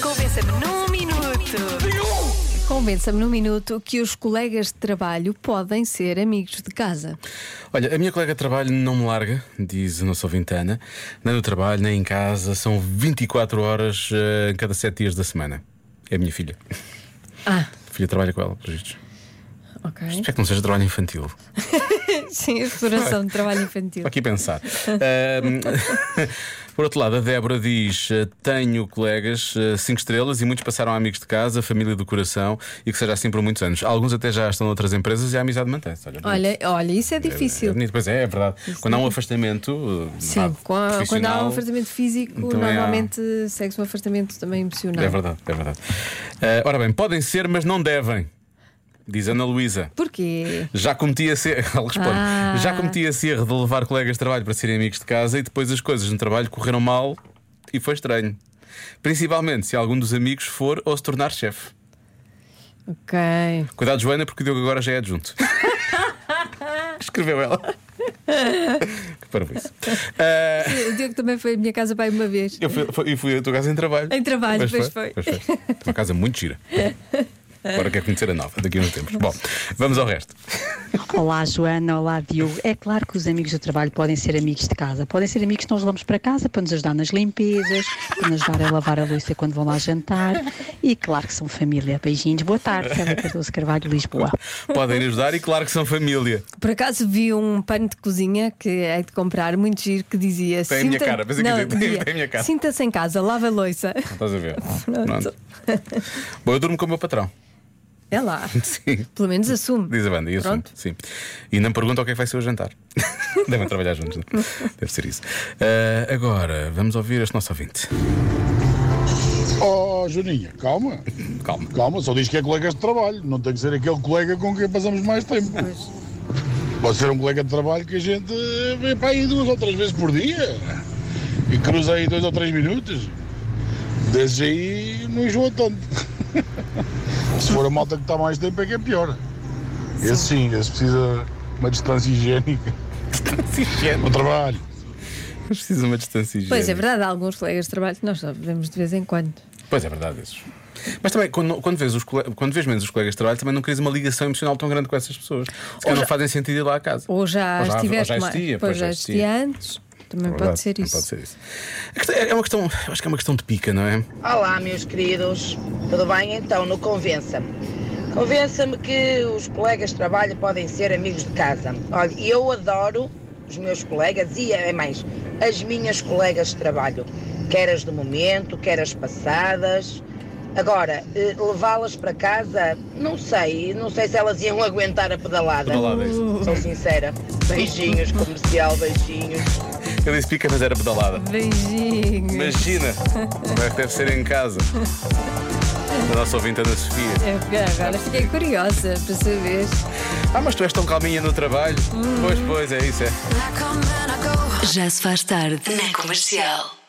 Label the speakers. Speaker 1: Convença-me num minuto.
Speaker 2: Convença-me num minuto que os colegas de trabalho podem ser amigos de casa.
Speaker 3: Olha, a minha colega de trabalho não me larga, diz a nossa ouvinte Ana, nem no trabalho, nem em casa, são 24 horas eh, em cada 7 dias da semana. É a minha filha.
Speaker 2: Ah,
Speaker 3: A filha trabalha com ela, por isto.
Speaker 2: ok.
Speaker 3: Espero é que não seja trabalho infantil.
Speaker 2: Sim, exploração de trabalho infantil.
Speaker 3: Estou aqui a pensar. Ahm, por outro lado, a Débora diz: eh, Tenho colegas, eh, cinco estrelas, e muitos passaram a amigos de casa, família do coração, e que seja assim por muitos anos. Alguns até já estão noutras empresas e a amizade mantém-se. Olha, bonito.
Speaker 2: Olha, olha, isso é
Speaker 3: É
Speaker 2: difícil.
Speaker 3: bonito, pois é, é verdade. Quando há um afastamento, eh, vá,
Speaker 2: Sim, com a- quando há
Speaker 3: profissional,
Speaker 2: um afastamento físico,
Speaker 3: também há-
Speaker 2: normalmente segue-se um afastamento também emocional.
Speaker 3: É verdade, é verdade. Eh, ora bem, podem ser, mas não devem, diz Ana Luísa.
Speaker 2: Porquê?
Speaker 3: Já cometi a ser. Ela responde.
Speaker 2: Ah.
Speaker 3: Já cometi esse erro de levar colegas de trabalho para serem amigos de casa e depois as coisas no trabalho correram mal e foi estranho. Principalmente se algum dos amigos for ou se tornar chefe.
Speaker 2: Ok.
Speaker 3: Cuidado, Joana, porque o Diogo agora já é adjunto. Escreveu ela. Que parabéns. Ah,
Speaker 2: O Diogo também foi à minha casa para aí uma vez.
Speaker 3: eu fui, fui, eu fui a tua casa em trabalho.
Speaker 2: Em trabalho, pois foi.
Speaker 3: Uma casa é muito gira. Agora quer conhecer a nova, daqui a uns tempos. Bom, vamos ao resto.
Speaker 4: Olá, Joana. Olá, Diogo. É claro que os amigos do trabalho podem ser amigos de casa. Podem ser amigos que nós levamos para casa para nos ajudar nas limpezas, para nos ajudar a lavar a louça quando vão lá jantar. E claro que são família. Beijinhos. Boa tarde. Sérgio Cardoso Carvalho, Lisboa.
Speaker 3: Podem ajudar e claro que são família.
Speaker 2: Por acaso vi um pano de cozinha que hei de comprar, muito giro, que dizia.
Speaker 3: Tem a minha cara, pensei que
Speaker 2: Não,
Speaker 3: dizia, tem-
Speaker 2: dizia,
Speaker 3: tem a minha cara.
Speaker 2: Sinta-se em casa, lava a louça.
Speaker 3: Estás a ver?
Speaker 2: Pronto.
Speaker 3: Bom, eu durmo com o meu patrão.
Speaker 2: É lá.
Speaker 3: Sim.
Speaker 2: Pelo menos assume.
Speaker 3: Diz a banda, e assume.
Speaker 2: Pronto.
Speaker 3: Sim. E não me pergunta o que é que vai ser o jantar. Devem trabalhar juntos, não é? deve ser isso. Ah, agora, vamos ouvir este nosso ouvinte.
Speaker 5: Oh, Juninha, calma.
Speaker 3: Calma.
Speaker 5: Calma, só diz que é colegas de trabalho. Não tem que ser aquele colega com quem passamos mais tempo. Pode ser um colega de trabalho que a gente eh, vê para aí duas ou três vezes por dia. E cruza aí dois ou três minutos. Desde aí não enjoa tanto. Se for a malta que está mais tempo é que é pior. Esse sim, esse precisa de uma distância higiênica. O trabalho.
Speaker 3: Precisa é de uma distância higiênica.
Speaker 2: Pois é verdade, há alguns colegas de trabalho que nós só vemos de vez em quando.
Speaker 3: Pois é verdade, esses. Mas também, quando, quando, vês os, cole- quando vês menos os colegas de trabalho, também não crias uma ligação emocional tão grande com essas pessoas. Se calhar não fazem sentido ir lá à casa.
Speaker 2: Ou já
Speaker 3: Ou já-
Speaker 2: estiveste
Speaker 3: ou já existia,
Speaker 2: mais.
Speaker 3: pois
Speaker 2: Pois já
Speaker 3: já
Speaker 2: existia
Speaker 3: existia.
Speaker 2: antes. Também
Speaker 3: É
Speaker 2: pode
Speaker 3: verdade,
Speaker 2: ser
Speaker 3: não
Speaker 2: isso.
Speaker 3: Pode ser isso. A questão- É uma questão, eu acho que é uma questão de pica, não é?
Speaker 6: Olá, meus queridos. Tudo bem? Então, no Convença-me. Convença-me que os colegas de trabalho podem ser amigos de casa. Olha, eu adoro os meus colegas e, é mais, as minhas colegas de trabalho. Quer as do momento, quer as passadas. Agora, eh, levá-las para casa, não sei. Não sei se elas iam aguentar a pedalada.
Speaker 3: Pedalada, é isso.
Speaker 6: Sou sincera. Beijinhos, comercial, beijinhos.
Speaker 3: Eu disse pica, mas era pedalada.
Speaker 2: Beijinhos.
Speaker 3: Imagina como é que deve ser em casa. A nossa ouvinte Ana Sofia.
Speaker 2: É, porque Agora fiquei curiosa para saber.
Speaker 3: Ah, mas tu és tão calminha no
Speaker 2: Hum.
Speaker 3: trabalho. Pois, pois, é isso, é.
Speaker 1: Já se faz tarde na comercial.